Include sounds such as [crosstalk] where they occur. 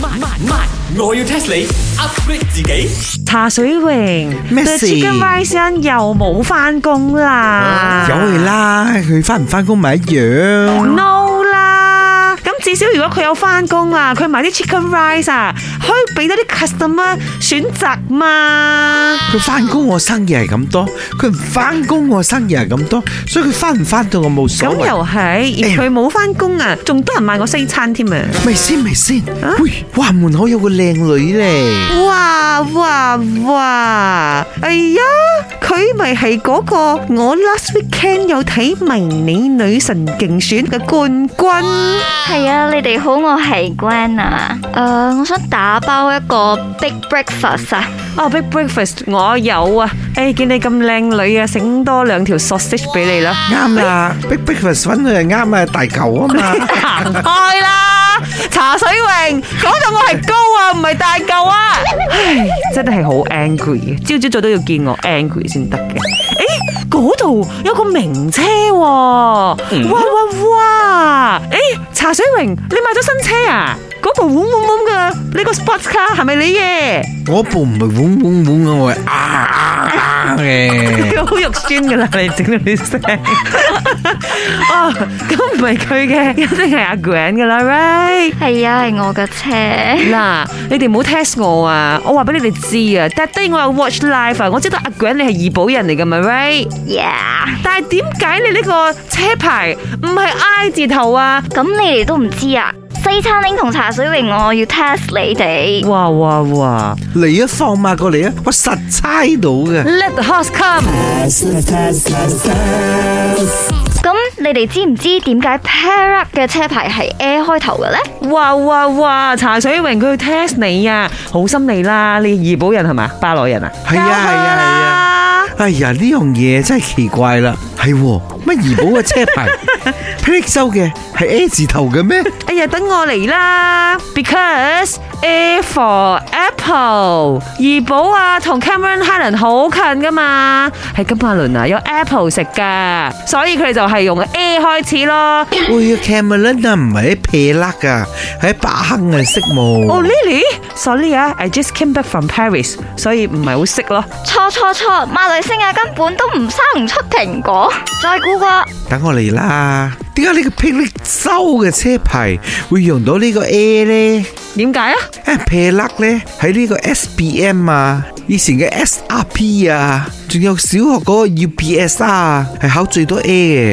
慢慢慢，我要 test 你 upgrade 自己。茶水榮咩 The 事 Chicken Rice Inn 又冇翻工啦，有佢啦，佢翻唔翻工咪一樣。 ，no 啦。咁至少如果佢有翻工啦，佢買啲 Chicken Rice 啊，可以俾多啲 customer 選擇嘛。佢翻工我生意係咁多，佢唔翻工我生意係咁多，所以佢翻唔翻到我冇所咁謂。又係，而佢冇翻工啊，仲多人買我西餐添啊！咪先咪先，喂，哇門口有個靚女咧，哇哇哇！哎呀，佢咪係嗰個我 last weekend 有睇迷你女神競選嘅冠軍。系啊，你哋好，我係 Gwen 啊。诶、我想打包一個 Big Breakfast 啊。哦、b i g breakfast 我有啊！誒、見你咁靚女啊，整多兩條 sausage 俾 [laughs] 你啦。啱啦，Big Big 揾佢係啱啊，大嚿啊嘛。行開啦，茶水榮講到我係高啊，唔係大嚿啊！唉，真係好 angry 嘅，朝朝早都要見我 angry 先得嘅。誒，嗰度有個名車喎、哇哇哇！誒，茶水榮，你買咗新車啊？嗰部嗡嗡嗡嘅，你個 sports car 係咪你嘅？我部唔係嗡嗡嗡嘅，我係啊啊啊 [laughs] [laughs] 嘅。好肉酸噶啦，你整到啲聲。哦，咁唔係佢嘅，一定係阿 Gran 噶啦，right？係啊，係我嘅車。嗱，你哋唔好 test à? 我啊！我話俾你哋知啊，但低我有 watch live à? 啊，我知道阿 Gran 你係怡保人嚟噶咪 right？ Yeah，但係點解你呢個車牌唔係 I 字頭啊？咁你哋都唔知啊。西餐廳同茶水榮，我要 test 你哋。哇哇哇嚟啊，放馬過嚟啊，我實猜到嘅。 ！Let the horse come！咁你哋知唔知點解 Pair Up 嘅車牌係 A 開頭嘅呢？哇哇哇！茶水榮佢去 test 你啊，好心你啦！你怡保人係嘛？巴羅人啊？係啊係啊係啊。啊！哎呀，呢樣嘢真係奇怪啦，係喎乜怡寶嘅車牌霹靂州嘅係 A 字頭嘅咩？哎呀，等我嚟啦，because A for apple，怡寶啊同 Cameron Highland 好近噶嘛，喺金馬倫啊有 à, apple 食噶，所以佢哋就係用 A 開始咯。喂，Cameron 啊，哎唔係喺撇甩噶，喺把坑啊，識哦冇？ ，Lily，sorry 啊，I à, just came back from Paris，所以唔係好識咯。錯錯錯，馬來西亞根本都唔生唔出蘋果。再估個。等我嚟啦。點解呢個霹靂州嘅車牌會用到呢個 A 呢？點解啊？啊，撇甩呢？喺呢個 SBM 啊，以前嘅 SRP 啊，仲有小學嗰個 UPSR 啊，係考最多 A